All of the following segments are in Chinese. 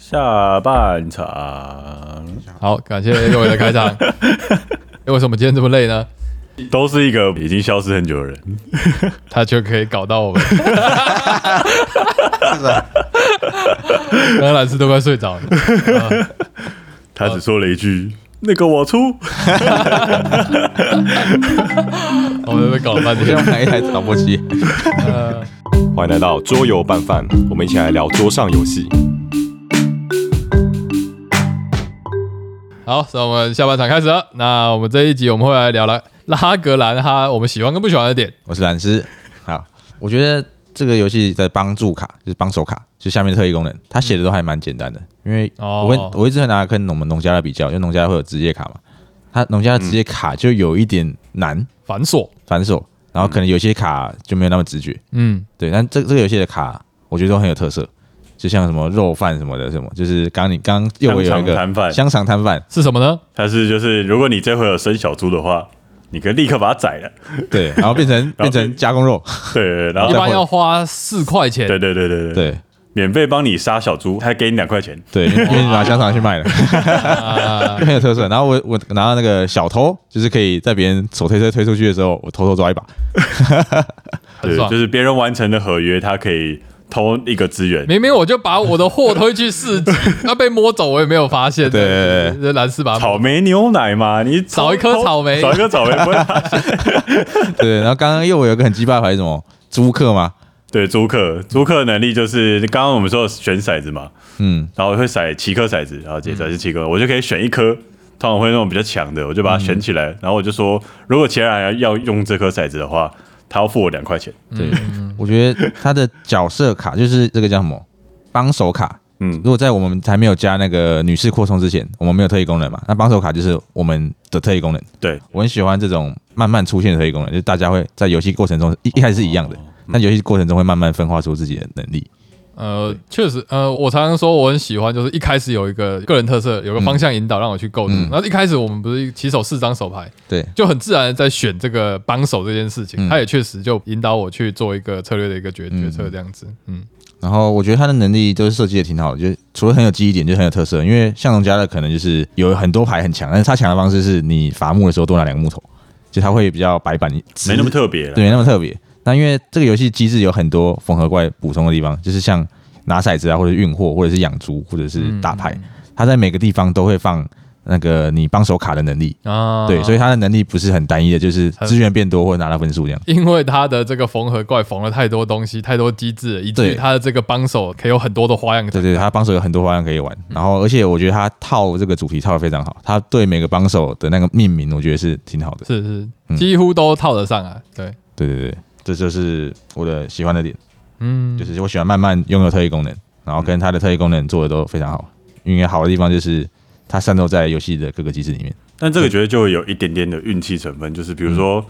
下半场好，感谢六伟的开场。哎为什么今天这么累呢？都是一个已经消失很久的人，他就可以搞到 我们，是的，当然是都快睡着了。他只说了一句：“那个我出。我们被搞了半我现天在。买一台导播 机。呃欢迎来到桌游拌饭，我们一起来聊桌上游戏。好，那我们下半场开始了。那我们这一集我们会来聊了 拉格兰哈，我们喜欢跟不喜欢的点。我是蓝斯。好，我觉得这个游戏的帮助卡就是帮手卡，就下面特异功能，它写的都还蛮简单的。嗯因为哦我跟我一直会拿来跟我们农家乐比较，因为农家乐会有职业卡嘛，它农家乐职业卡就有一点难嗯繁琐，反手，然后可能有些卡就没有那么直觉。嗯，对，但这这个游戏的卡我觉得都很有特色，就像什么肉饭什么的，什么就是刚刚你刚刚又我有一香个肠摊贩香肠摊贩，是什么呢？”但是就是，如果你这回有生小猪的话，你可以立刻把它宰了。 对，然后变成然后变成加工肉，对对，对然一后般要花四块钱，对对对对对，对免费帮你杀小猪，还给你两块钱。对，因为因为你拿香肠去卖了。啊，就很有特色。然后我我拿到那个小偷，就是可以在别人手推车推出去的时候，我偷偷抓一把。很对，爽就。是别人完成的合约，他可以偷一个资源，明明我就把我的货推去市集，要被摸走，我也没有发现。对对这蓝斯把它草莓牛奶嘛，你少一颗偷草莓少一颗草莓不会发现。对，然后刚刚又我有一个很鸡巴的牌是什么租客吗？对，租客租客能力就是刚刚我们说的选骰子嘛，嗯，然后会骰七颗骰子，然后解骰是七颗，我就可以选一颗，通常会那种比较强的，我就把它选起来，嗯然后我就说，如果其他人要要用这颗骰子的话，他要付我两块钱。对，我觉得他的角色卡就是这个叫什么帮手卡。嗯如果在我们还没有加那个女士扩充之前，我们没有特异功能嘛，那帮手卡就是我们的特异功能。对，我很喜欢这种慢慢出现的特异功能，就是大家会在游戏过程中一一开始是一样的，但游戏过程中会慢慢分化出自己的能力。呃，确实，呃，我常常说我很喜欢，就是一开始有一个个人特色，有个方向引导让我去构筑。嗯然后一开始我们不是起手四张手牌，对，就很自然地在选这个帮手这件事嗯情，他也确实就引导我去做一个策略的一个决决策这样子。嗯，然后我觉得他的能力都是设计的挺好的，就是除了很有记忆点，就很有特色。因为像农家乐可能就是有很多牌很强，但是他强的方式是你伐木的时候多拿两个木头，就他会比较白板，没那么特别了。对，没那么特别。那因为这个游戏机制有很多缝合怪补充的地方，就是像拿骰子啊，或者是运货，或者是养猪，或者是打嗯牌，它在每个地方都会放那个你帮手卡的能力。啊，哦对，所以他的能力不是很单一的，就是资源变多或者拿到分数这样。因为他的这个缝合怪缝了太多东西，太多机制了，以至于对他的这个帮手可以有很多的花样。对对，他帮手有很多花样可以玩，然后而且我觉得他套这个主题套的非常好，他对每个帮手的那个命名，我觉得是挺好的。是是，嗯几乎都套得上啊。对，对对对，这就是我的喜欢的点，嗯，就是我喜欢慢慢拥有特异功能，然后跟他的特异功能做的都非常好。因为好的地方就是它散落在游戏的各个机制里面。但这个觉得就有一点点的运气成分，就是比如说，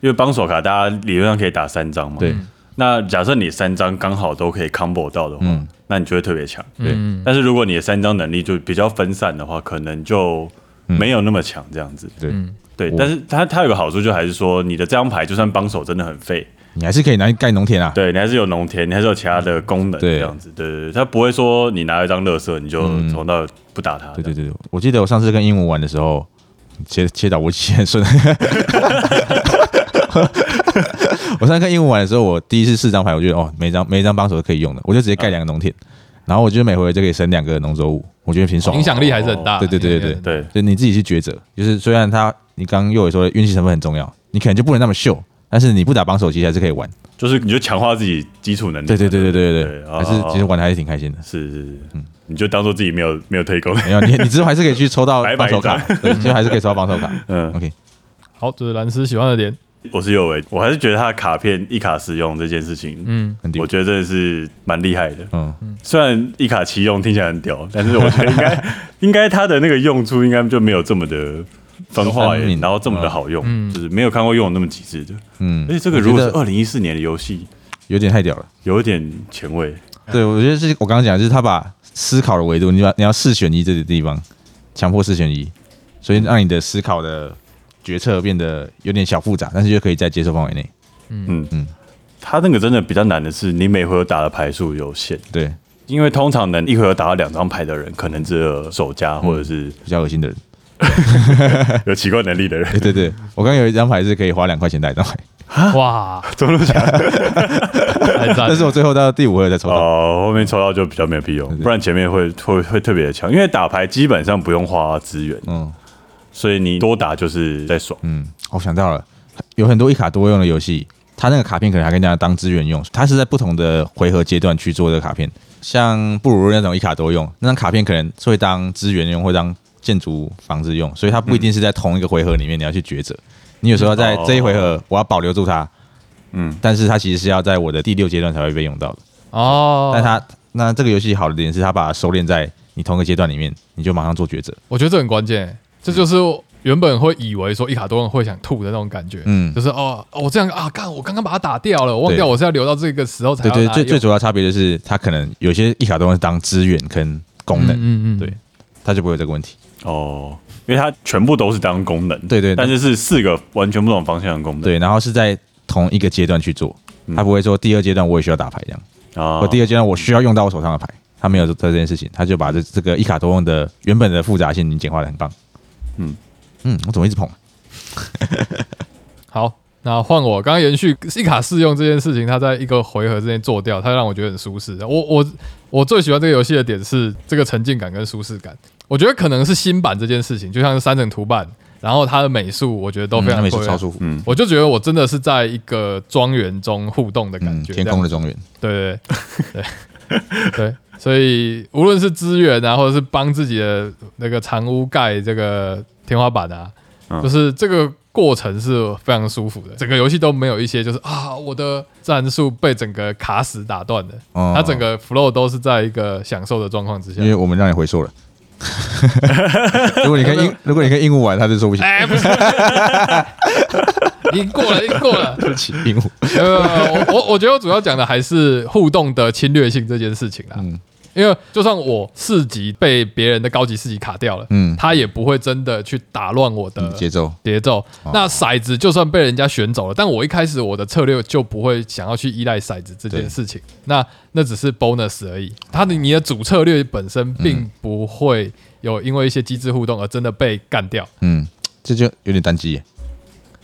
因为帮手卡大家理论上可以打三张嘛，嗯对。那假设你三张刚好都可以 combo 到的话，嗯那你就会特别强。对嗯但是如果你的三张能力就比较分散的话，可能就没有那么强这样子。对，对，我但是它它有个好处，就还是说你的这张牌就算帮手真的很废，你还是可以拿去盖农田啊。对你还是有农田，你还是有其他的功能对嗯这样子。对对对，它不会说你拿一张乐色你就从到不打它。对对对对，我记得我上次跟鹦鹉玩的时候，切切导我切很顺。 我上次跟鹦鹉玩的时候，我第一次四张牌，我觉得哦，每张每一张帮手都可以用的，我就直接盖两个农田，然后我就每回就可以省两个农作物，我觉得挺爽哦的。影响力还是很大。对对对对对对就你自己去抉择，就是虽然他你刚刚又伟说的运气成分很重要，你可能就不能那么秀，但是你不打帮手其实还是可以玩。就是你就强化自己基础能力。对对对对嗯对对对对对，哦还是其实玩的还是挺开心的。是是是，你就当做自己没有没有 推功。没有你，你之后还是可以去抽到白白帮手一张卡，对，就还是可以抽到帮手卡。嗯嗯，OK，好，这是蓝斯喜欢的点。我是右维，我还是觉得他卡片一卡使用这件事情，嗯，很屌我。觉得真的是蛮厉害的。嗯，虽然一卡七用听起来很屌，但是我觉得应 该应该它的那个用处应该就没有这么的分化分耶，明然后这么的好用，就是没有看过用的那么极致的。嗯而且这个如果是我觉二零一四年的游戏，有点太屌了。有一点前卫。对，我觉得是我刚刚讲，就是他把思考的维度，你要你要四选一这个地方，强迫四选一，所以让你的思考的决策变得有点小复杂，但是又可以在接受范围内。嗯嗯，它那个真的比较难的是，你每回合打的牌数有限，对，因为通常能一回合打到两张牌的人，可能只有手家或者是比较恶心的人。嗯 有奇怪能力的人。 对对对，嗯我刚刚有一张牌是可以花两块钱打一张啊牌，哇，怎么那么强？太赞啊 但是了！我最后到第五回合才抽到。哦，后面抽到就比较没有屁用，不然前面会会会特别的强，因为打牌基本上不用花资源，嗯所以你多打就是在爽。嗯，我想到了，有很多一卡多用的游戏，它那个卡片可能还跟大家当资源用，它是在不同的回合阶段去做的卡片。像布鲁瑞那种一卡多用，那张卡片可能会当资源用，会当建筑房子用，所以它不一定是在同一个回合里面你要去抉择。你有时候在这一回合我要保留住它，嗯，但是它其实是要在我的第六阶段才会被用到的。哦，但它那这个游戏好的点是，它把它收敛在你同一个阶段里面，你就马上做抉择。我觉得这很关键、嗯这就是原本会以为说一卡多人会想吐的那种感觉，嗯就是哦，哦我这样啊，干，我刚刚把它打掉了，我忘对掉我是要留到这个时候才对要对，拿来最最用主要差别就是它可能有些一卡都是当资源跟功能，嗯嗯嗯对，它就不会有这个问题。哦，因为它全部都是当功能，对对但是是四个完全不同方向的功能。对，然后是在同一个阶段去做，嗯它不会说第二阶段我也需要打牌这样，啊哦或第二阶段我需要用到我手上的牌，它没有做这件事情，它就把这这个一卡多用的原本的复杂性已经简化的很棒。嗯嗯，我怎么一直捧？好，那换我刚刚延续一卡试用这件事情，它在一个回合之内做掉，它让我觉得很舒适。我我我最喜欢这个游戏的点是这个沉浸感跟舒适感。我觉得可能是新版这件事情，就像是三层图版，然后它的美术我觉得都哦非嗯常那美漂术超亮。舒服，嗯我就觉得我真的是在一个庄园中互动的感嗯，觉，天空的庄园，对对对对，所以无论是资源啊，或者是帮自己的那个藏屋盖这个天花板啊，嗯就是这个过程是非常舒服的。整个游戏都没有一些就是啊，我的战术被整个卡死打断的，哦它整个 flow 都是在一个享受的状况之下因。为我们让你回 溯了。 如果你跟鹦，如果你跟鹦鹉玩，他就说不行，哎，不是，已经过了，已经过了。对不起，鹦鹉。 呃，我我我觉得我主要讲的还是互动的侵略性这件事情啦。嗯因为就算我四级被别人的高级四级卡掉了，嗯他也不会真的去打乱我的嗯节奏节奏。哦那骰子就算被人家选走了，但我一开始我的策略就不会想要去依赖骰子这件事情。那那只是 bonus 而已，它的你的主策略本身嗯并不会有因为一些机制互动而真的被干掉。嗯，这就有点单机耶，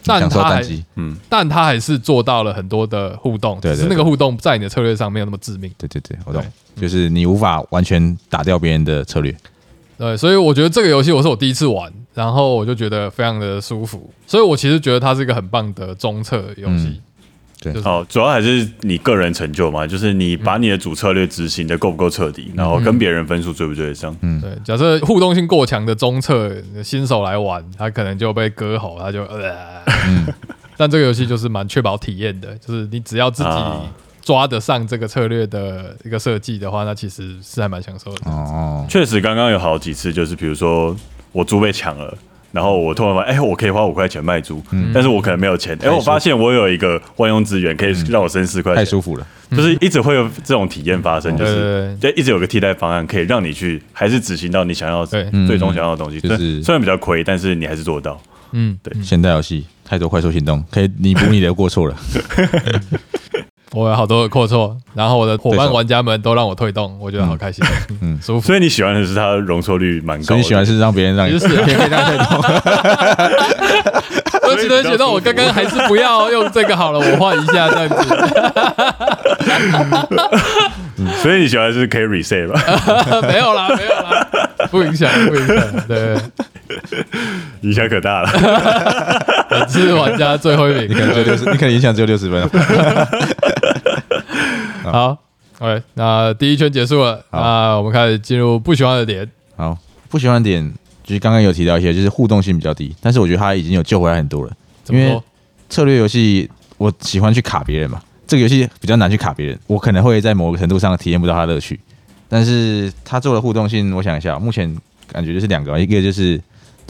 但享受它单还嗯机。但它还是做到了很多的互动，嗯对对只是那个互动在你的策略上没有那么致命。对对对，我懂，就是你无法完全打掉别人的策略。对，所以我觉得这个游戏我是我第一次玩，然后我就觉得非常的舒服，所以我其实觉得它是一个很棒的中策游戏。哦，主要还是你个人成就嘛，就是你把你的主策略执行的够不够彻嗯底，然后跟别人分数追不追得上。嗯，对，假设互动性过强的中策新手来玩，他可能就被割喉，他就呃。 但这个游戏就是蛮确保体验的，就是你只要自己啊抓得上这个策略的一个设计的话，那其实是还蛮享受的。哦，确实，刚刚有好几次就是，比如说我猪被抢了。然后我突然发现，哎、我可以花五块钱卖猪，嗯但是我可能没有钱。哎、我发现我有一个万用资源，可以让我生四块嗯太钱，舒服了。就是一直会有这种体验发生，就嗯对是对就一直有个替代方案可以让你去，还是执行到你想要对最终想要的东西。嗯就是虽虽然比较亏，但是你还是做得到。嗯，现代游戏太多快速行动，可以弥补你的 过错了。我有好多的过错，然后我的伙对伴手玩家们都让我推动，我觉得好开心，嗯，舒服。所以你喜欢的是它的容错率蛮高所的，以你喜欢是让别人让你其实是可以让 你带动而且而且，那我刚刚还是不要用这个好了，我换一下这样子。 所以你喜欢是可以 reset 吧？没有啦，没有啦，不影响，不影响。对，影响可大了。 本次玩家最后一名。 你可能只有六十，你可能影响只有六十分 哦。好，OK，那第一圈结束了，好那我们开始进入不喜欢的点。好，不喜欢的点就是刚刚有提到一些，就是互动性比较低，但是我觉得他已经有救回来很多了。怎么因为说？策略游戏我喜欢去卡别人嘛，这个游戏比较难去卡别人，我可能会在某个程度上体验不到它的乐趣。但是它做的互动性，我想一下，目前感觉就是两个吧，一个就是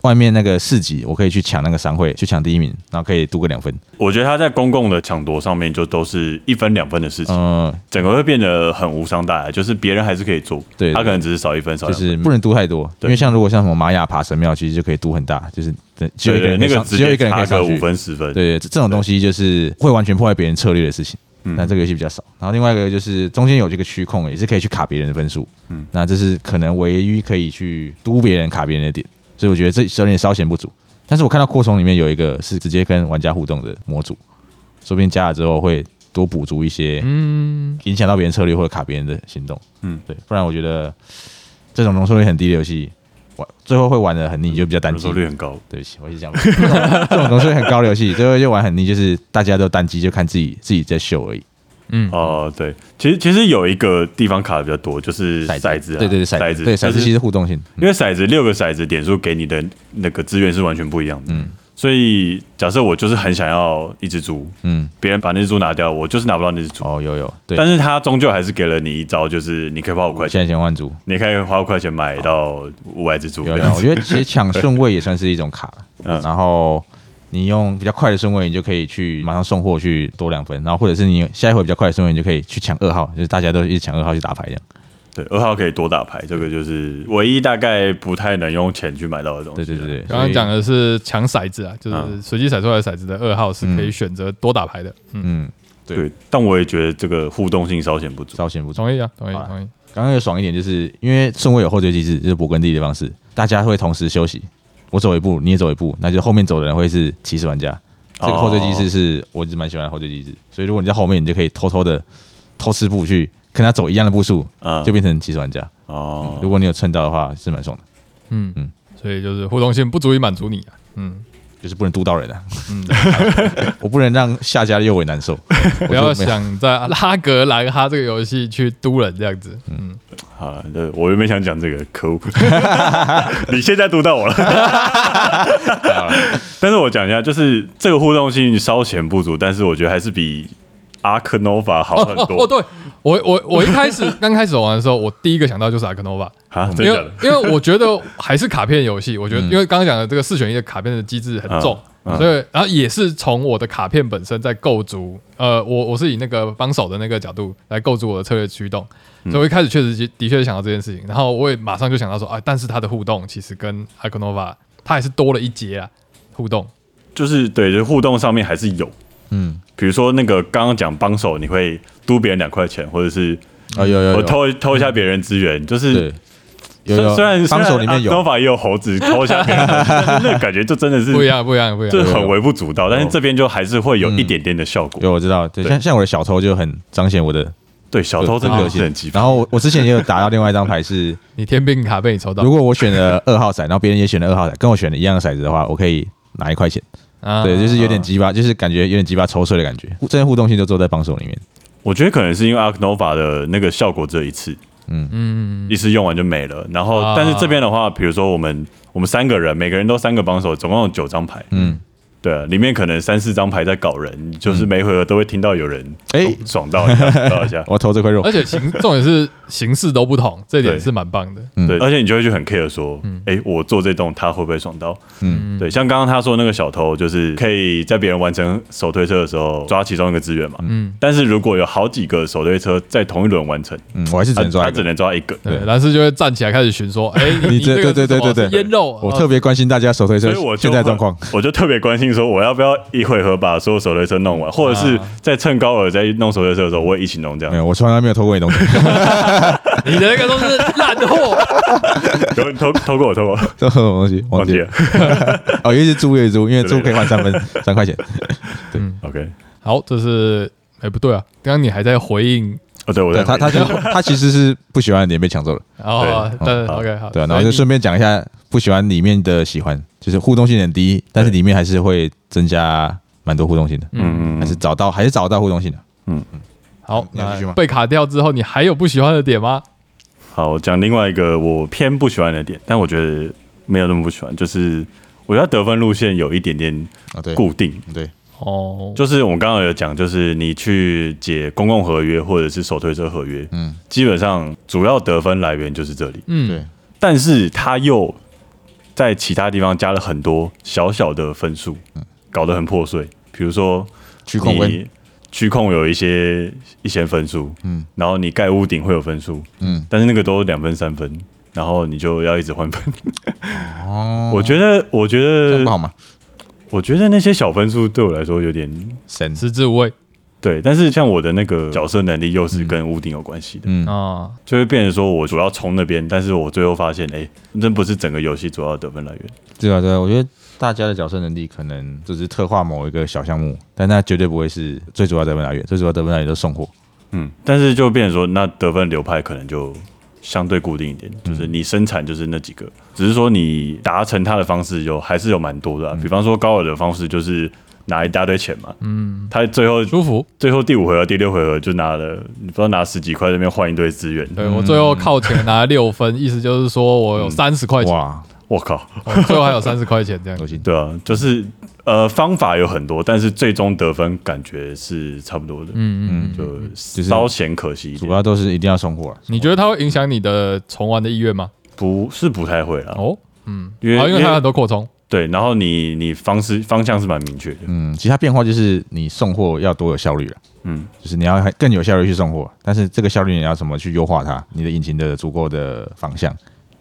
外面那个市集，我可以去抢那个商会，去抢第一名，然后可以多个两分。我觉得它在公共的抢夺上面就都是一分两分的事情，嗯、整个会变得很无伤大雅，就是别人还是可以做，对他可能只是少一分，少就两分。是不能嘟太多，因对为像如果像什么玛雅爬神庙，其实就可以嘟很大，就是只对有一个对，人那可以个上，直只有接一个人可差以上个去五。分十分，对，这这种东西就是会完全破坏别人策略的事情。嗯那这个游戏比较少。然后另外一个就是中间有这个区控，也是可以去卡别人的分数，嗯，那这是可能唯一可以去督别人卡别人的点，所以我觉得这有点稍显不足。但是我看到扩充里面有一个是直接跟玩家互动的模组，说不定加了之后会多补足一些，嗯，影响到别人策略或者卡别人的行动。嗯嗯，对，不然我觉得这种容错率很低的游戏，玩最后会玩的很腻，就比较单容机错。率很高，对不起，我是讲 这种容错率很高的游戏，最后就玩很腻，就是大家都单机，就看自己自己在秀而已。哦、对，其实其实有一个地方卡的比较多，就是骰子、啊，对对对，骰骰子，对骰就子是其实互动性，因为骰子六个骰子点数给你的那个资源是完全不一样的，嗯，所以假设我就是很想要一只猪，嗯，别人把那只猪拿掉，我就是拿不到那只猪，哦，有有，对，但是他终究还是给了你一招，就是你可以花五块现钱，在先换组，你可以花五块钱买到五百只猪，有啊这有，样我子觉得其实抢顺位也算是一种卡了， 嗯然后。你用比较快的顺位，你就可以去马上送货去多两分，然后或者是你下一回比较快的顺位，你就可以去抢二号，就是大家都一直抢二号去打牌这样。对，二号可以多打牌，这个就是唯一大概不太能用钱去买到的东对西，啊对对对，刚刚讲所以的是抢骰子啊，就是嗯随机骰出来的骰子的二号是可以选择多打牌的。嗯，嗯，对但我也觉得这个互动性稍显不足，稍显不错。同意啊，同意好啦同意。刚刚有爽一点，就是因为顺位有后缀机制，就是勃艮第的方式，大家会同时休息，我走一步，你也走一步，那就后面走的人会是起始玩家。这哦个后缀机制是我一直蛮喜欢的后缀机制，所以如果你在后面，你就可以偷偷的偷吃步去跟他走一样的步数，嗯就变成起始玩家。哦，如果你有蹭到的话，是蛮爽的，嗯嗯嗯，所以就是互动性不足以满足你啊。嗯，就是不能督到人啊，嗯 我不能让下家的右尾 难受。不我要就没有，想在拉格兰哈这个游戏去嘟人这样子。嗯，好了，呃我原本想讲这个，可恶！ 你现在读到我了。 但是我讲一下，就是这个互动性稍显不足，但是我觉得还是比 Ark Nova 好很 哦多哦，对我我我一开始 刚开始玩的时候，我第一个想到就是阿克诺瓦，啊！哦真因的假为的？因为我觉得还是卡片游戏，我觉得因为刚刚讲的这个四选一的卡片的机制很重，嗯嗯所以然后也是从我的卡片本身在构筑，呃，我我是以那个帮手的那个角度来构筑我的策略驱动，嗯所以我一开始确实的确是想到这件事情，然后我也马上就想到说，啊，但是它的互动其实跟 i c o n o v a 它还是多了一节啊，互动，就是对，就是互动上面还是有，嗯，比如说那个刚刚讲帮手，你会嘟别人两块钱，或者是啊有有我有，偷偷一下别人资源，就是对。有有，虽然啊帮手里面有 n o v a 也有猴子偷一下别人 的资源，但是那个感觉就真的是不一，样不一样不一这样，很微不足道，但是这边就还是会有一点点的效果。有我知道，对，对像像我的小偷就很彰显我的对，小哦偷真个的性是很激发然。后我我之前也有打到另外一张 牌是，你天兵卡被你抽到如，果我选了二号骰，然后别人也选了二号骰，跟我选的一样的骰子的话，我可以拿一块钱。啊对，就是有点鸡巴，就是感觉有点鸡巴抽税的感觉。互真的互动性就做在帮手里面。我觉得可能是因为 Arc Nova 的那个效果只有一次，嗯嗯，一次用完就没了。然后，啊但是这边的话，比如说我们我们三个人，每个人都三个帮手，总共有九张牌，嗯，对啊，里面可能三四张牌在搞人，就是每回合都会听到有人哎哦爽到一下，爽到一下，我要偷这块肉哎而。且形 重点是形式都不同，这点对是蛮棒的。嗯对，而且你就会去很 care 说，哎，我做这栋他会不会爽到？嗯嗯，对，像刚刚他说那个小偷，就是可以在别人完成手推车的时候抓其中一个资源嘛，嗯，但是如果有好几个手推车在同一轮完成，嗯，我还是只他能抓他一只个。能抓一个，对，对蓝斯就会站起来开始寻说：“哎、你你这这个对是对什么对对是腌肉，我哦特别关心大家手推车所以我就现在状况。 我就特别关心说，我要不要一回合把所有手推车啊弄完，或者是在趁高尔在弄手推车的时候，我也一起弄这没样。有，我从来没有偷过你东西， 你的那个都是烂货。有 偷偷过我偷过，偷过我东西忘忘记记了了。。哦，尤其是猪，尤其是猪，因为之类猪的可以换三分三块钱。 OK，” 好，这是哎、不对啊，刚刚你还在回应，哦， 对，我对在他 他就他其实是不喜欢的点被抢走了。然后对哦但好 OK 好，对啊，然后就所以顺便讲一下不喜欢里面的喜欢，就是互动性很低，但是里面还是会增加蛮多互动性的，嗯还是找到还是找到互动性的。你好，你要继续那吗被卡掉之后，你还有不喜欢的点吗？好，我讲另外一个我偏不喜欢的点，但我觉得没有那么不喜欢，就是我觉得得分路线有一点点啊，对固定，对，哦，就是我们刚刚有讲，就是你去解公共合约或者是手推车合约，嗯，基本上主要得分来源就是这里。嗯，对，但是他又在其他地方加了很多小小的分数，搞得很破碎。比如说区嗯控分，你区控有一些一些分数，嗯，然后你盖屋顶会有分数，嗯，但是那个都两分三分，然后你就要一直换分。哦，我觉得，我觉呃这样不好得，吗？我觉得那些小分数对我来说有点神，食之无味。对，但是像我的那个角色能力又是跟屋顶有关系的，嗯，啊，就会变成说我主要冲那边，但是我最后发现，哎、那不是整个游戏主要的得分来源。对啊，对啊，我觉得大家的角色能力可能只是特化某一个小项目，但那绝对不会是最主要得分来源，最主要得分来源都是送货。嗯，但是就变成说，那得分流派可能就相对固定一点，嗯就是你生产就是那几个，只是说你达成它的方式有还是有蛮多的、嗯啊，比方说高尔的方式就是拿一大堆钱嘛，嗯，他最后舒服。最后第五回合、啊第六回合就拿了，你不知道拿十几块在那边换一堆资源，对我最嗯后靠前拿了六分，意思就是说我有三十块钱，哇，我靠，我最后还有三十块钱 这样恶。心！对啊，就是呃方法有很多，但是最终得分感觉是差不多的，嗯嗯，就就是稍显可惜一主点，要都是一定要送货了。啊你觉得它会影响你的重玩的意愿吗？不是不太会啦，哦，嗯，因为啊，因为因它为很多扩充，对，然后你你方式方向是蛮明确的，嗯，其他变化就是你送货要多有效率了，嗯，就是你要很更有效率去送货，但是这个效率你要怎么去优化它？你的引擎的足够的方向，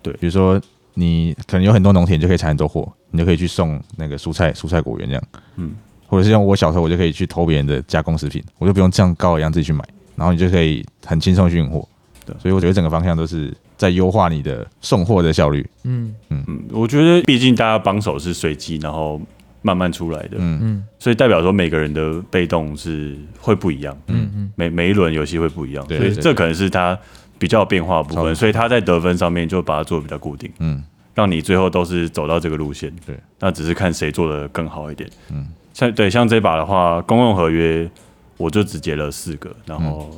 对比如说你可能有很多农田，你就可以产很多货，你就可以去送那个蔬菜蔬菜果园这样，嗯，或者是用我小时候我就可以去偷别人的加工食品，我就不用像高尔一样自己去买，然后你就可以很轻松地去运货，对所以我觉得整个方向都是在优化你的送货的效率，嗯，嗯，我觉得毕竟大家帮手是随机，然后慢慢出来的，嗯嗯，所以代表说每个人的被动是会不一样，嗯嗯，每每一轮游戏会不一样，对所以对对这可能是他比较有变化的部超分，级所以他在得分上面就把它做得比较固定，嗯，让你最后都是走到这个路线，对，那只是看谁做的更好一点，嗯，像对像这把的话，公共合约我就只结了四个，然后嗯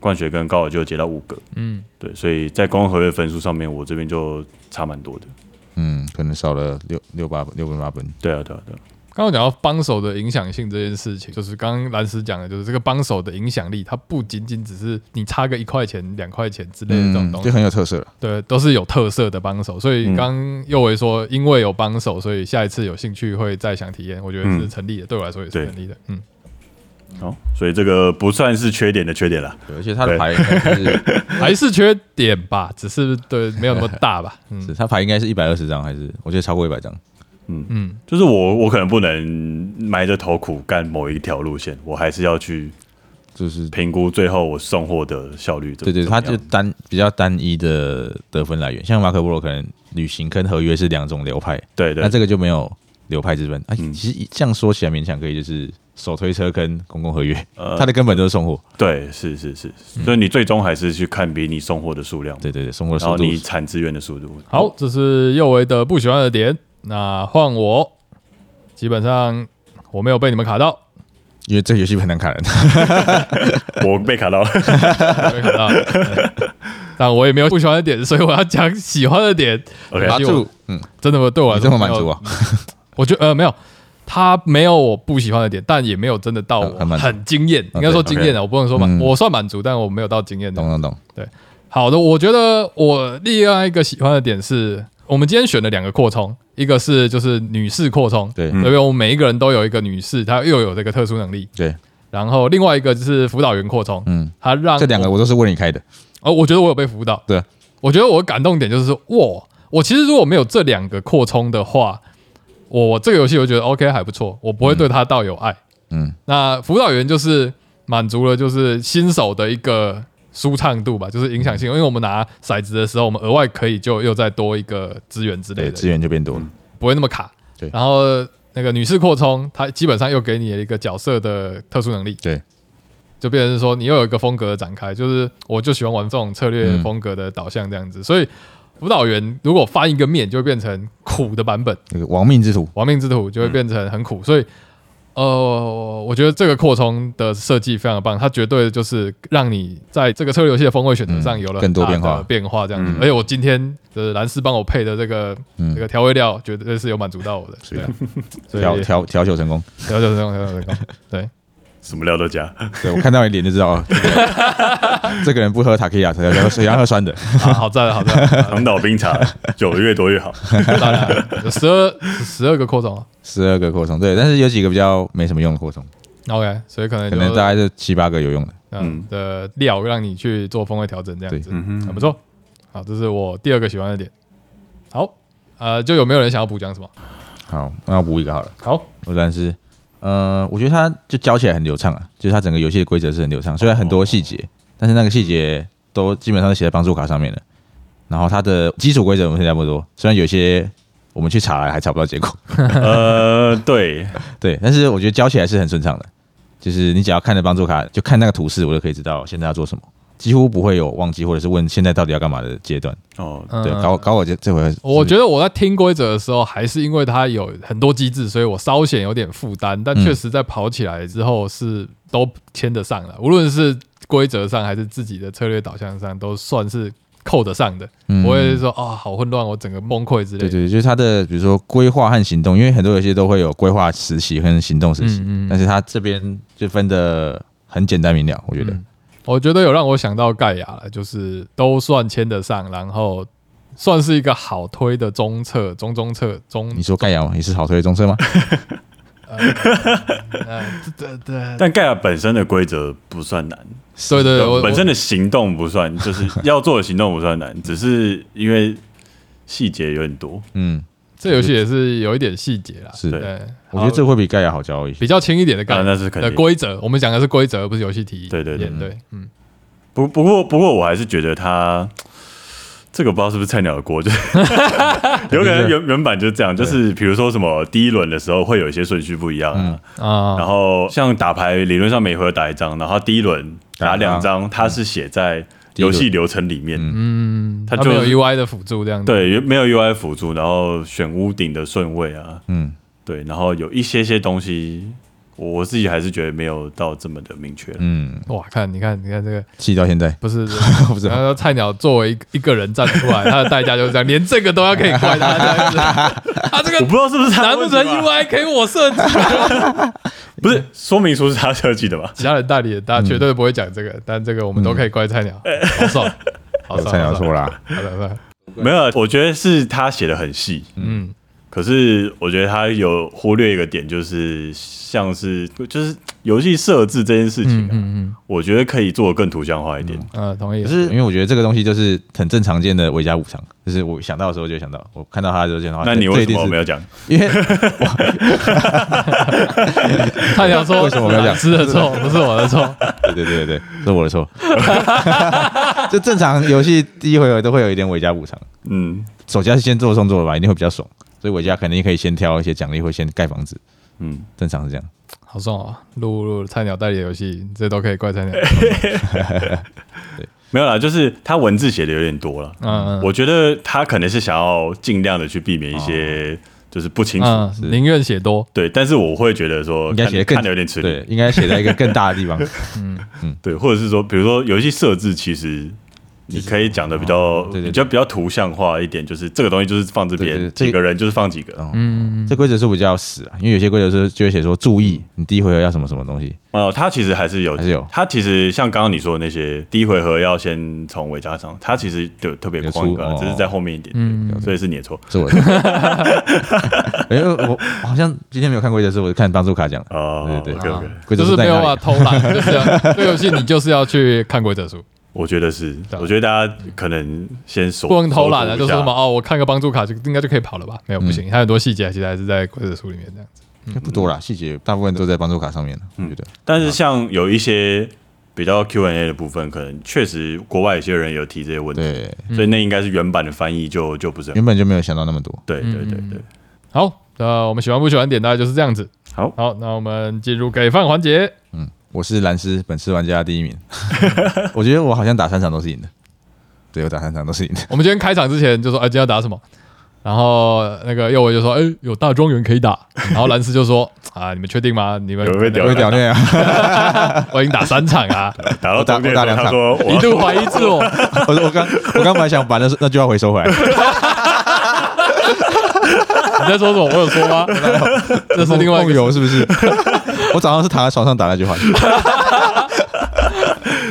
冠学跟高尔就结到五个，嗯，对，所以在公共合约分数上面，我这边就差蛮多的，嗯，可能少了六六八六分八分，对啊对啊对啊，刚刚讲到帮手的影响性这件事情，就是刚刚蓝斯讲的，就是这个帮手的影响力，它不仅仅只是你差个一块钱、两块钱之类的这种嗯，东西就，很有特色了。对，都是有特色的帮手，所以刚右维说，因为有帮手，所以下一次有兴趣会再想体验，我觉得是成立的，对我来说也是对成立的。嗯，好，所以这个不算是缺点的缺点啦。对而且它的对牌应该就是 嗯还是缺点吧，只是对没有那么大吧。嗯是它牌应该是一百二十张，还是我觉得超过一百张。嗯，就是我，我可能不能埋着头苦干某一条路线，我还是要去就是评估最后我送货的效率怎么。对对，怎么它样就单比较单一的得分来源，像马可波罗可能旅行跟合约是两种流派，对对，那这个就没有流派之分。哎，嗯其实这样说起来勉强可以，就是手推车跟公共合约，呃它的根本都是送货。对是是是，所以你最终还是去看比你送货的数量，对对对，送货的然速后度你产资源的速度。好，这是右维的不喜欢的点。那换我，基本上我没有被你们卡到，因为这个游戏很难砍人。我被卡 到了，没有卡到。嗯但我也没有不喜欢的点，所以我要讲喜欢的点。 OK 打其实我住，嗯，真的吗？对我来你说这么满没有足啊？嗯我觉得呃没有，他没有我不喜欢的点，但也没有真的到我很满足很惊艳，应该说惊艳的，我不能说满，嗯我算满足，但我没有到惊艳懂的。懂懂，好的，我觉得我另外一个喜欢的点是。我们今天选了两个扩充，一个是就是女士扩充，对因为我们每一个人都有一个女士，她又有这个特殊能力。对，然后另外一个就是辅导员扩充，嗯，她让这两我个我都是为你开的。哦，我觉得我有被辅导。对，我觉得我感动点就是哇，我其实如果没有这两个扩充的话，我我这个游戏我觉得 OK 还不错，我不会对它到有爱。嗯，那辅导员就是满足了就是新手的一个舒畅度吧，就是影响性，因为我们拿骰子的时候，我们额外可以就又再多一个资源之类对，的资，源就变多了。嗯不会那么卡。对然后那个女士扩充，它基本上又给你一个角色的特殊能力，对，就变成是说你又有一个风格的展开，就是我就喜欢玩这种策略风格的导向这样子，所以辅导员如果翻一个面，就会变成苦的版本，那个亡命之徒，亡命之徒就嗯会变成很苦，所以。呃，我觉得这个扩充的设计非常棒，它绝对就是让你在这个策略游戏的风味选择上嗯有了更多很大变化的变化这样子。嗯而且我今天就是蓝斯帮我配的这个、嗯这个调味料，绝对是有满足到我的，是的对啊 所以调调调酒成功。调酒成功，调酒成功，对， 什么料都加。对我看到你脸就知道，哦，这个这个人不喝塔克亚，他要水要喝酸的。啊，好赞，好赞，好长岛冰 茶酒越多越好。当然有十二十二个扩充啊十二个扩充，对，但是有几个比较没什么用的扩充， ，OK，所以可能可就能大概就七八个有用的。嗯的料让你去做风味调整这样子，对嗯很哼，不错。好，这是我第二个喜欢的点。好，呃，就有没有人想要补讲什么？好，那我补一个好了。好，我但是呃，我觉得它就教起来很流畅啊，就是它整个游戏的规则是很流畅，虽然很多细节，但是那个细节都基本上都写在帮助卡上面了。然后它的基础规则我们现在不多，虽然有些我们去查还查不到结果，呃，对，对，但是我觉得教起来是很顺畅的，就是你只要看着帮助卡，就看那个图示，我就可以知道现在要做什么，几乎不会有忘记或者是问现在到底要干嘛的阶段。哦，嗯对，搞搞我这这回是，我觉得我在听规则的时候，还是因为它有很多机制，所以我稍显有点负担，嗯但确实在跑起来之后是都牵得上了，无论是规则上还是自己的策略导向上，都算是扣得上的。嗯不会说啊、好混乱，我整个崩溃之类对的。对，就是它的比如说规划和行动，因为很多游戏都会有规划实习跟行动实习，嗯嗯嗯但是它这边就分的很简单明了，我觉得。嗯我觉得有让我想到盖亚了，就是都算牵得上，然后算是一个好推的中策、中中策、中你说盖亚吗？你是好推的中车吗？呃，对对但盖亚本身的规则不算难，对对，我本身的行动不算， 就是要做的行动不算难，只是因为细节有点多。嗯，这游戏也是有一点细节啦，是对，我觉得这好会比盖亚好教一些。比较轻一点的概啊念，那是肯定的规则。我们讲的是规则，不是游戏题。对对对对，嗯，不不过不过我还是觉得他这个不知道是不是菜鸟的锅，就是 有可能原原版就是这样，就是比如说什么第一轮的时候会有一些顺序不一样啊，然啊，后像打牌理论上每回合打一张，然后第一轮打两张，它是写在游戏流程里面，嗯，它它没有就是 UI 的辅助这样子。对，没有 UI 辅助，然后选屋顶的顺位啊，嗯，对，然后有一些些东西，我我自己还是觉得没有到这么的明确。嗯，哇，看，你看，你看这个记到现在，不是，不是然后菜鸟作为一一个人站出来，他的代价就是这样，连这个都要可以怪他 这样子，他这我个不知道是不是他难的不问成题吧 UI 给我设计？不是说明书是他设计的吧？其他人代理大家绝对不会讲这个，但这个我们都可以怪菜鸟，好爽，好有爽，菜鸟好爽错，啦。好爽好爽，没有，我觉得是他写的很细，嗯，可是我觉得他有忽略一个点，就是像是就是游戏设置这件事情啊，嗯我觉得可以做的更图像化一点。呃，同意可，是因为我觉得这个东西就是很正常见的维加补偿，就是我想到的时候就想到，我看到它的时候就想到。那你为什么没有？有讲？因为菜鸟说为什么我要讲吃的错，不是我的错，对对对对对，是我的错。 就正常游戏第一回合都会有一点尾加补偿，嗯首家是先做动作的吧，一定会比较爽，所以尾加肯定可以先挑一些奖励，或先盖房子，嗯，正常是这样。好爽哦！录录菜鸟代理的游戏，这都可以怪菜鸟，没有啦，就是他文字写的有点多了。嗯，嗯我觉得他可能是想要尽量的去避免一些哦就是不清楚，嗯，宁愿写多，对，但是我会觉得说应该看写得更看的有点吃力，对，应该写在一个更大的 地方。对，或者是说，比如说游戏设置，其实你可以讲的比较、哦对对对比较比较图像化一点，就是这个东西就是放这边，对对对这几个人就是放几个，哦嗯，这规则是比较死啊，因为有些规则是就会写说注意你第一回合要什么什么东西，呃，它其实还是有，还是有它其实像刚刚你说的那些，第一回合要先从尾加上，它其实就特别框一个有啊，出哦只是在后面一点，嗯对所以是你的错。是我的。 哎、我我好像今天没有看规则，是我看帮助卡讲的。哦，对对，OK OK，啊规就则是是在没有办哪法里？偷懒，就是这样这个游戏你就是要去看规则书，我觉得是，对啊我觉得大家可能先手不能偷懒啊，手就读一是下什么哦，我看个帮助卡就应该就可以跑了吧？没有，不行，它很多细节其实还是在规则书里面这样子。应该不嗯多啦，细节大部分都在帮助卡上面了。我觉得，但是像有一些比较 Q&A 的部分，可能确实国外有些人有提这些问题，对，所以那应该是原版的翻译就就不是很原本嗯就没有想到那么多。对对对对，好，那我们喜欢不喜欢点大概就是这样子。好，好，那我们进入给饭环节。我是蓝斯，本次玩家第一 名。我觉得我好像打三场都是赢的，对我打三场都是赢的。我们今天开场之前就说，哎，今天要打什么？然后那个右维就说，哎，有大庄园可以打。然后兰斯就说， 啊，你们确定吗？你们有没有屌我会屌 虐啊！我已经打三场啊，打到中间的时候我打我打两场他说一我度怀疑自我。我说我刚我刚本来想把那那句话回收回来， 你在说什么？我有说吗？这是另外一梦个游是不是？ 我早上是躺在床上打 那句话，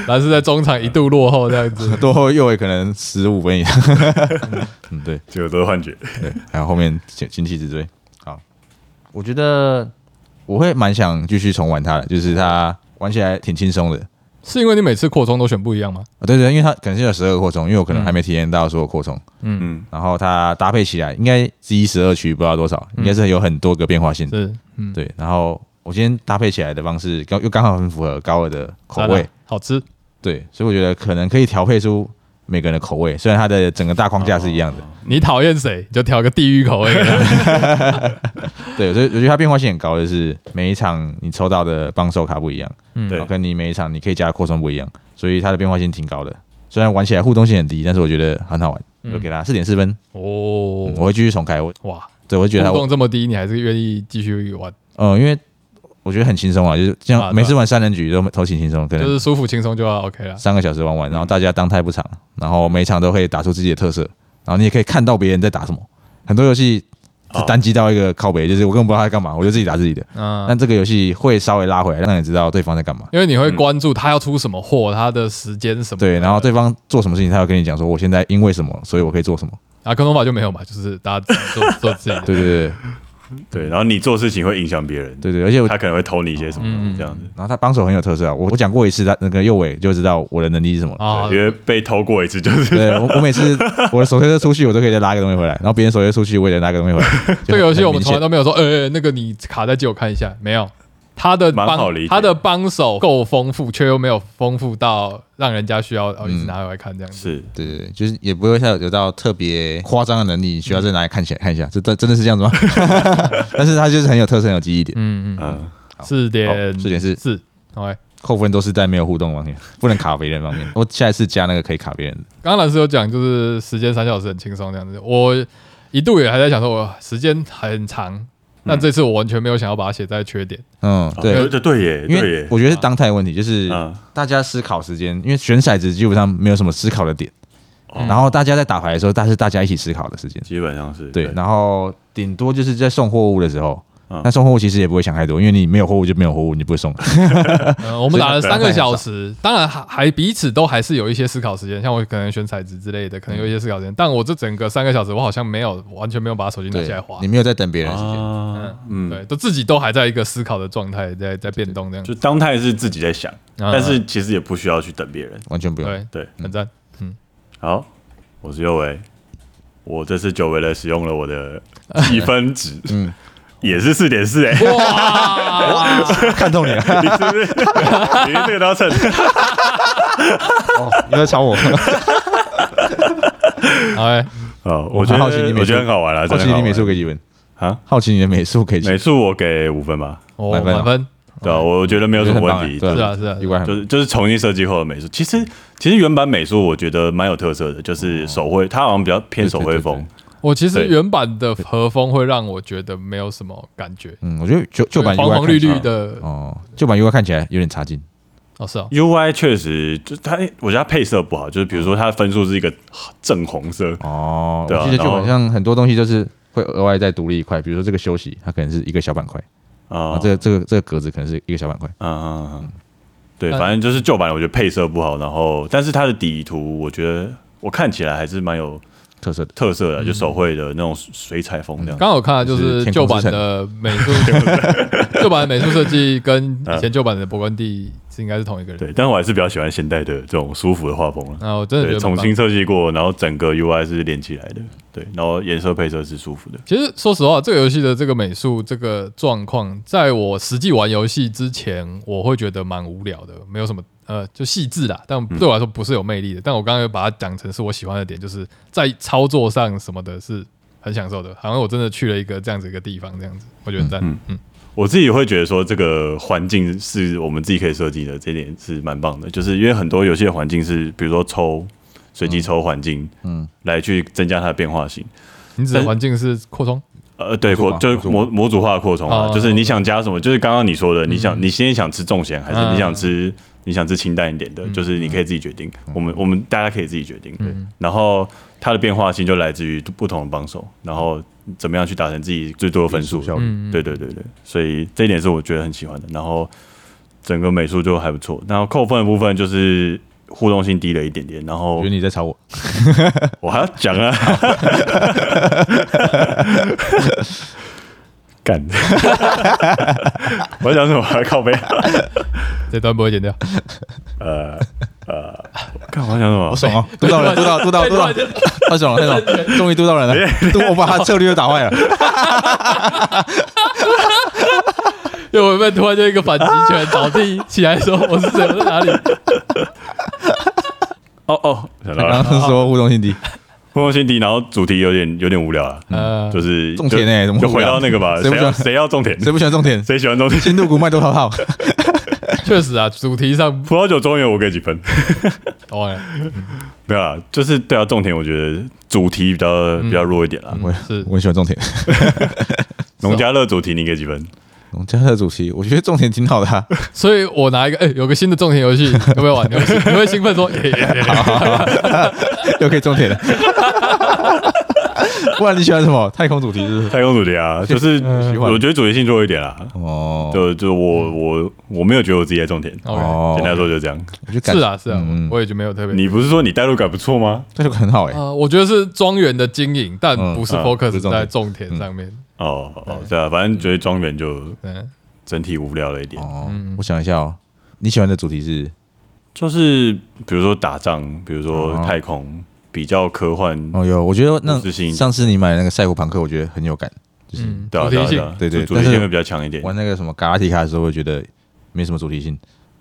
兰斯在中场一度落后这样 子。多后右尾可能十五分以上。 嗯，对结果都是幻觉，对，还有后面经经济之追。好，我觉得我会蛮想继续重玩它的，就是它玩起来挺轻松的。是因为你每次扩充都选不一样吗？啊，对对，因为它可能是有十二个扩充，因为我可能还没体验到所有扩充。嗯，然后它搭配起来，应该 Z 十二区不知道多少，应该是有很多个变化性的。是，嗯，对，然后我今天搭配起来的方式，刚又刚好很符合高二的口赞味啊，好吃，对，所以我觉得可能可以调配出每个人的口味，虽然它的整个大框架是一样的，你讨厌谁你就挑个地狱口味的。对，所以我觉得它变化性很高，就是每一场你抽到的棒手卡不一样，嗯对然后跟你每一场你可以加的扩充不一样，所以它的变化性挺高的。虽然玩起来互动性很低，但是我觉得很好玩，我给它四点四分，哦嗯，我会继续重开，我哇，对我会觉得它互动这么低，你还是愿意继续玩，呃，因为我觉得很轻松啊，就是这啊对啊样，每次玩三人局都头挺轻松，可就能是嗯舒服轻松就要 OK 了。三个小时玩完，然后大家当太不长，然后每一场都会打出自己的特色，然后你也可以看到别人在打什么。很多游戏是单机到一个靠北，就是我根本不知道他在干嘛，我就自己打自己的。嗯，但这个游戏会稍微拉回来，让你知道对方在干嘛。因为你嗯会关注他要出什么货，他的时间什么的。对，然后对方做什么事情，他要跟你讲说，我现在因为什么，所以我可以做什么。啊，空中法就没有嘛，就是大家自己做 做自己的。对对对对，然后你做事情会影响别人，对对，而且我，他可能会偷你一些什么这样子。然后他帮手很有特色啊。我我讲过一次，他那个右尾就知道我的能力是什么了。啊对，因为被偷过一次， 就是对我，我每次我的手推车出去，我都可以再拉一个东西回来，然后别人手推车出去，我也拉一个东西回来。 这个游戏我们从来都都没有说，呃，那个你卡在借我看一下，没有。他的蛮好理帮解他的帮手够丰富，却又没有丰富到让人家需要哦一直拿回来看这样子。是对对对，就是也不会像有到特别夸张的能力，需要再拿来看起来看一下，这真真的是这样子 吗？但是它就是很有特色、很有记忆点，嗯嗯，嗯，四点四点四四，OK。扣分都是在没有互动方面，不能卡别人方面。我下一次加那个可以卡别人的，刚刚老师有讲，就是时间三小时很轻松这样子。我一度也还在想说，我时间很长，嗯但这次我完全没有想要把它写在缺点。嗯，对哦对，对对耶，因对为耶，我觉得是当态问题，就是嗯大家思考时间，因为选骰子基本上没有什么思考的点，哦然后大家在打牌的时候，但是大家一起思考的时间，基本上是对，然后顶多就是在送货物的时候嗯。那送货物其实也不会想太多，因为你没有货物就没有货物，你不会送。嗯，我们打了三个小时，当然还还彼此都还是有一些思考时间，像我可能选彩子之类的，可能有一些思考时间。但我这整个三个小时，我好像没有完全没有把手机拿对起来滑，，你没有在等别人的时间。啊，嗯，对，都自己都还在一个思考的状态，在在变动这样。就当态是自己在想，嗯但是其实也不需要去等别人。完全不用。对，对，很赞。好，我是右维，我这次久违的使用了我的积分值， 嗯，也是四点四哎，哇， 看透你了，你是不是？你是这个都要 蹭？你在吵我，哎，哦，我觉得我很好奇你美术我觉得很好玩啦，啊好真的奇很好你玩美术给几分？啊，好奇你的美术给几分？美术我给五分吧，我满分满分，对啊，我觉得没有什么问题，哦我觉得是很棒欸啊是啊意，外很就是就是重新设计后的美术，其实其实原版美术我觉得蛮有特色的，哦就是手绘，它好像比较偏手绘风，我其实对原版的和风会让我觉得没有什么感觉，嗯，我觉得旧旧版 UI 黄黄绿绿看起来的哦，旧版 UI 看起来有点差劲，哦是哦， UI 确实，就它，我觉得它配色不好，就是比如说它的分数是一个正红色，哦，对啊我记得旧然版后像很多东西就是会额外再独立一块，比如说这个休息，它可能是一个小板块，啊啊，这个这个这个格子可能是一个小板块，嗯嗯嗯，对，但反正就是旧版我觉得配色不好，然后但是它的底图我觉得我看起来还是蛮有特色的。特色的，就手绘的那种水彩风这样。刚好看的就是旧版的美术， 旧版的美术设计跟以前旧版的勃艮第是应该是同一个人。对，但我还是比较喜欢现代的这种舒服的画风了。啊，我真的觉对，得重蛮棒新。设计过，然后整个 UI 是连起来的，对，然后颜色配色是舒服的。其实说实话，这个游戏的这个美术这个状况，在我实际玩游戏之前，我会觉得蛮无聊的，没有什么呃，就细致啦，嗯但对我来说不是有魅力的。但我刚刚又把它讲成是我喜欢的点，就是在操作上什么的是很享受的，好像我真的去了一个这样子一个地方，这样子我觉得很赞。嗯，我自己会觉得说，这个环境是我们自己可以设计的，这点是蛮棒的。就是因为很多游戏的环境是，比如说抽随机抽环境，嗯，来去增加它的变化性。你指的环境是扩充呃，对，模组扩化就是模模组化的扩充啊，哦就是你想加什么，就是刚刚你说的，你想你先想吃重咸，还是你想吃你想吃清淡一点的，就是你可以自己决定。嗯我们我们大家可以自己决定。对，然后它的变化性就来自于不同的帮手，然后怎么样去达成自己最多的分数艺术效率对对对对，所以这一点是我觉得很喜欢的。然后整个美术就还不错，然后扣分的部分就是互动性低了一点点，然我后觉得你在吵我，我还要讲 啊，干！我要讲什么啊？靠背？这段不会剪掉。呃呃，干！我要讲什么？爽哦，嘟到人，嘟到，嘟到，嘟到，太爽了，太爽了，终于嘟到人了，嘟我把他策略都打坏了，又会被突然就一个反击拳倒地起来，说我是谁，我在哪里？哦哦，想到刚了，刚说互动性低，互动心底，然后主题有点有点无聊了，呃， 就是嗯种田欸就怎么就无回聊到那个吧，谁谁不要喜欢谁要种田，谁不喜欢种田？谁喜欢种 田？新度谷卖多 少套？确实啊，主题上葡萄酒庄园我给几分？哦，哎没有啦，就是对啊，种田我觉得主题比较嗯比较弱一点啦。我是我很喜欢种田。农家乐主题你给几分？农家乐主题，我觉得种田挺好的啊。 所以我拿一个，哎，有个新的种田游戏，有没有玩？你会你会兴奋 说，耶耶耶又可以种田了。 不然你喜欢什么？太空主题是 不是？太空主题啊，就是嗯喜欢我觉得主题性弱一点啦。哦，就就我我我没有觉得我自己在种田， OK，简单说就这样。我觉得感是，啊是啊嗯，我也就没有特别。你不是说你代入感不错吗？这就很好哎。呃，我觉得是庄园的经营，但嗯不是啊不 focus 是重在点嗯种田上面。哦哦，对啊，反正觉得庄园就嗯，整体无聊了一点，哦，我想一下哦，你喜欢的主题是就是比如说打仗，比如说太空，比较科幻，哦哟，我觉得那故事性上次你买的那个赛虎朋克，我觉得很有感。就是嗯，对啊主对啊题对性啊，对对主主题但性是会比较强一点。玩那个什么嘎拉提卡的时候，我觉得没什么主题性，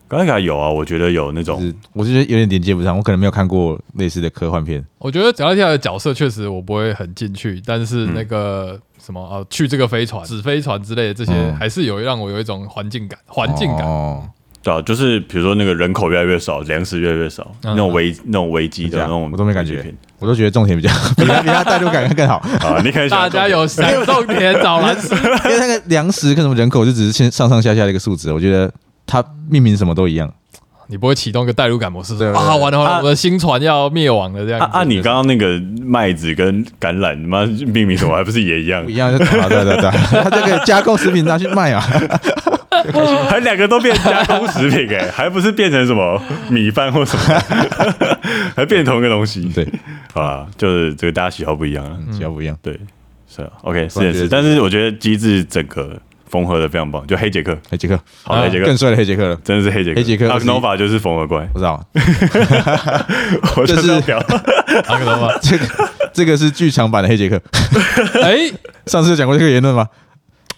刚才有啊，我觉得有那就种是我就觉得有点连接不上。我可能没有看过类似的科幻片。我觉得嗯贾拉提亚的角色确实我不会很进去，但是那个什么呃，去这个飞船、纸飞船之类的这些，嗯还是有让我有一种环境感、环境感。哦，对啊，就是比如说那个人口越来越少，粮食越来越少，那种危那种危机的嗯这那样种，我都没感觉片我都觉得种田比较 比它比它代入感 更好，啊。你可以大家有想种田找 蓝斯，因为那个粮食跟什么人口就只是上上下下的一个数值，我觉得它命名什么都一样。你不会启动一个代入感模式说对对对啊，完了完了，啊我的星船要灭亡了这样啊子。啊！你刚刚那个麦子跟橄榄，你妈命名什么还不是也一样不一？样，就对啊对对对， 他这个加工食品拿去卖啊， 还两个都变加工食品哎、还不是变成什么米饭或什么， 还变同一个东西。对，好啦，就是这个大家喜好不一样啊。 嗯只要不一样。对，是啊，OK，是突然也觉得是，但是我觉得机制整个缝合的非常棒，就黑杰克，黑杰克，好的啊黑杰克更。帅的黑杰克了，真的是黑杰克，黑杰克阿21 Nova 就是缝合怪，不知道啊我就 就是是要表阿克 多吧？这个这个是剧场版的黑杰克，哎，上次有讲过这个言论吗？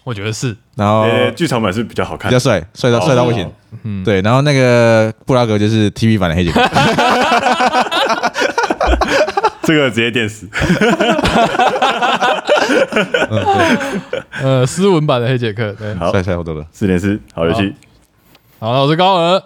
我觉得是然后呃，剧场版是比较好哦比看较，帅，帅到哦帅到不行。嗯对，然后那个布拉格就是 TV 版的黑杰克，这个直接电死。呃斯文版的黑杰克。对，好帅帅好多了。四点四，好游戏，好，那我是高尔。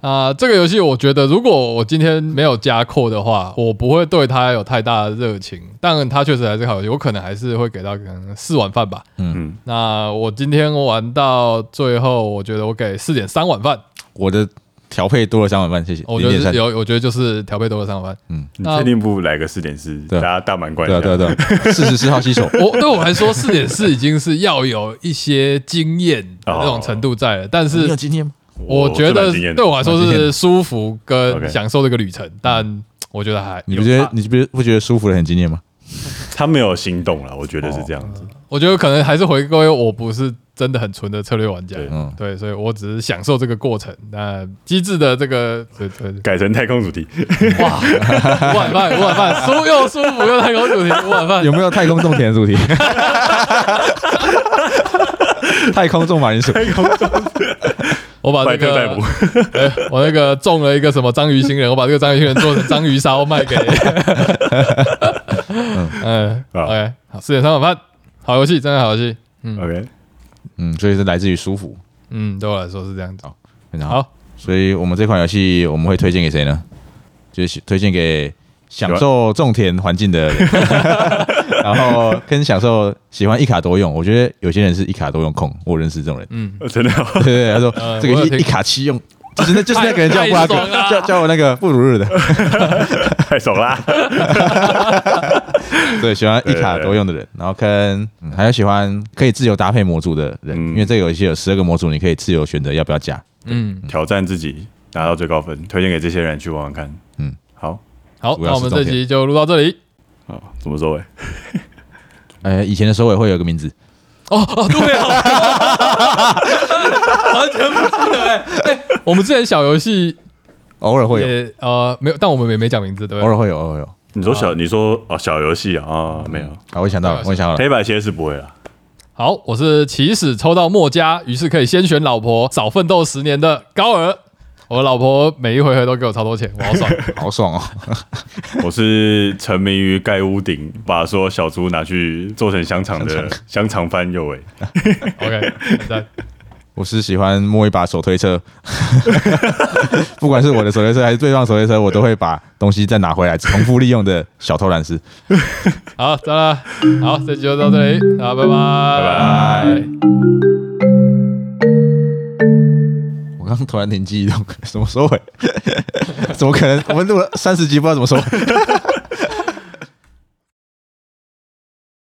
啊、这个游戏我觉得，如果我今天没有加扣的话，我不会对它有太大的热情。但它确实还是好游戏，我可能还是会给到可能四碗饭吧。嗯嗯，那我今天玩到最后，我觉得我给四点三碗饭，我的调配多了三碗嗯饭，谢谢。我觉得0.3哦是有，我觉得就是调配多了三碗饭。你那确定不来个四点四，大对家大满贯一对下？啊对啊对 啊，四十四号洗手，我对我来说，四点四已经是要有一些经验的那种程度在了，但哦你是有经验吗？我觉这得蛮惊艳的对我来说蛮惊艳是的舒服 OK 跟享受这个旅程，但我觉得还你不有觉差得你不不觉得舒服的很经 验吗？他没有心动了，我觉得是这哦样子。我觉得可能还是回归我不是真的很纯的策略玩家，对嗯，对，所以我只是享受这个过程。那机智的这 个，对对对，改成太空主题，啊哇，五碗饭，五碗饭，舒又舒服又太空主题，五碗饭有。没有太空种田的 主题？太空种马铃薯，我把拜这特个戴姆，哎 我那个种了一个什么章鱼星人，我把这个章鱼星人做成章鱼烧卖 给， 嗯好，OK，好，四点三碗饭，好游戏，真的好游戏， OK，嗯，所以是来自于舒服。嗯，对我来说是这样子。非常好，好，所以我们这款游戏我们会推荐给谁呢？就是推荐给享受种田环境 的人，然后跟享受喜欢一卡多用。我觉得有些人是一卡多用控，我认识这种人。嗯，呃真的哦 对对对，他说、呃这个我有游戏听一卡七用，就是那就是那个人叫布拉格太爽，了叫叫我那个布鲁日的，太爽 啦！对，喜欢一卡多用的人，然后跟、嗯还有喜欢可以自由搭配模组的人，嗯因为这个游戏有十二个模组，你可以自由选择要不要加。嗯，挑战自己，拿到最高分，推荐给这些人去玩玩看。嗯嗯，好，好，主要那我们是这照片集就录到这里。好，怎么收尾？呃，以前的收尾会有一个名字，哦哦，对哦， 完全不记得哎、哎我们之前小游戏偶尔会有，也呃没有，但我们也没讲名字，对不偶对？尔会有，偶尔有。你说小，你说哦，小游戏啊，啊没有，好，我想到了，我想到 了。黑白切是不会啦。好，我是起始抽到墨家，于是可以先选老婆，少奋斗十年的高尔。我的老婆每一回合都给我超多钱，我好 爽。好爽哦！我是沉迷于盖屋顶，把所有小猪拿去做成香肠的香肠番右尾。 OK，很赞。我是喜欢摸一把手推车， 不管是我的手推车还是对方手推车，我都会把东西再拿回来，重复利用的小偷懒师。好，再了，好，这集就到这里，好，拜拜，拜拜。我刚刚 突然灵机一动，怎么收尾？怎么可能？我们录了三十集，不知道怎么收尾。